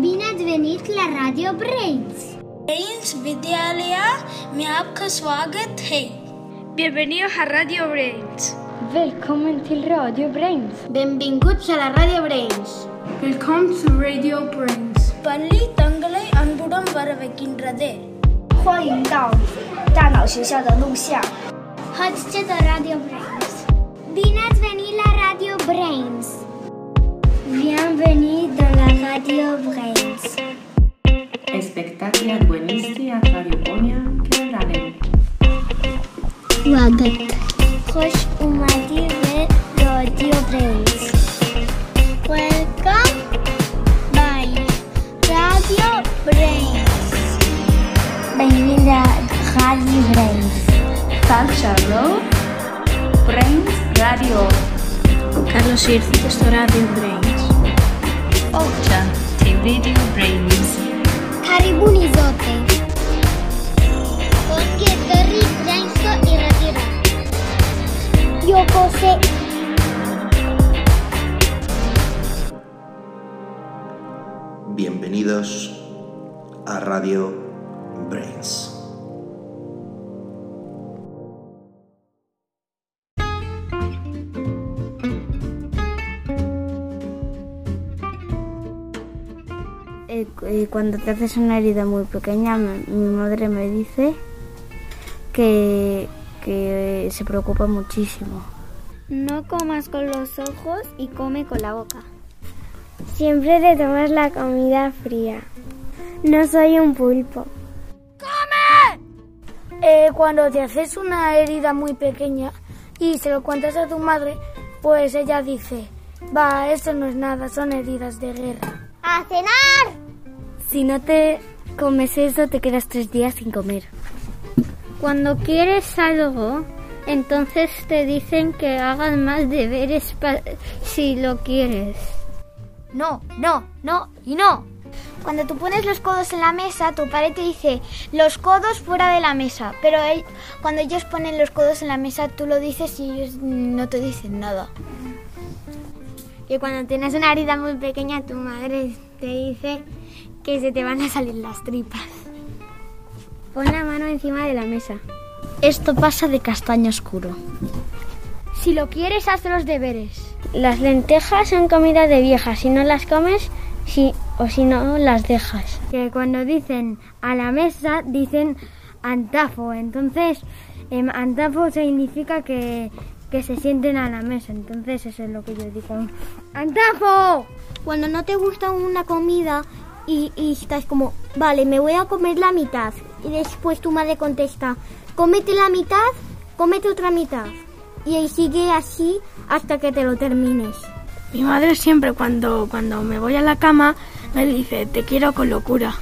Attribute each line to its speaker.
Speaker 1: venir la Radio Brains.
Speaker 2: Brains Vidyalaya में आपका स्वागत है
Speaker 3: Bienvenidos a Radio Brains.
Speaker 4: Velkommen til Radio Brains.
Speaker 5: Benvinguts a la Radio Brains.
Speaker 6: Welcome to Radio Brains.
Speaker 2: பள்ளி தங்களை அன்புடன் வரவேற்கின்றது.
Speaker 7: 欢迎到
Speaker 1: Da,
Speaker 7: 大脑学校的录像。
Speaker 1: Chodźcie do Radio Brains. Bine ați venit la Radio Brains.
Speaker 5: Bienvenue dans la Radio Brains.
Speaker 8: Espectacular buenísima radiofonia que radio.
Speaker 1: Wagat.
Speaker 5: خوش اومدی به رادیو برینز
Speaker 1: Welcome by Radio Brains.
Speaker 5: بنوین در رادیو برینز
Speaker 8: Charlotte, Brains Radio.
Speaker 9: Carlos Irci, questo Radio Brains.
Speaker 10: Octa, te Radio Brains.
Speaker 1: Caribuni zote. Oggi è Terry Brains e Radio Brains. Io cose
Speaker 11: Bienvenidos a Radio Brains.
Speaker 4: eh, Cuando te haces una herida muy pequeña, mi madre me dice que, que se preocupa muchísimo.
Speaker 3: No comas con los ojos y come con la boca.
Speaker 4: Siempre te tomas la comida fría. No soy un pulpo.
Speaker 2: ¡Come! Eh, cuando te haces una herida muy pequeña y se lo cuentas a tu madre, pues ella dice, va, eso no es nada, son heridas de guerra.
Speaker 1: ¡A cenar!
Speaker 4: Si no te comes eso, te quedas tres días sin comer.
Speaker 12: Cuando quieres algo, entonces te dicen que hagas más deberes si lo quieres
Speaker 1: no, no, no y no. Cuando tú pones los codos en la mesa, tu padre te dice los codos fuera de la mesa, pero él, cuando ellos ponen los codos en la mesa, tú lo dices y ellos no te dicen nada.
Speaker 4: Y cuando tienes una herida muy pequeña, tu madre te dice que se te van a salir las tripas. Pon la mano encima de la mesa.
Speaker 12: Esto pasa de castaño oscuro.
Speaker 1: Si lo quieres, haz los deberes.
Speaker 4: Las lentejas son comida de viejas. Si no las comes, si, o si no las dejas.
Speaker 13: Que cuando dicen a la mesa, dicen antafo. Entonces, eh, antafo significa que, que se sienten a la mesa. Entonces, eso es lo que yo digo. ¡Antafo!
Speaker 1: Cuando no te gusta una comida y, y estás como, vale, me voy a comer la mitad. Y después tu madre contesta, cómete la mitad, cómete otra mitad y ahí sigue así hasta que te lo termines.
Speaker 3: Mi madre siempre cuando, cuando me voy a la cama me dice te quiero con locura.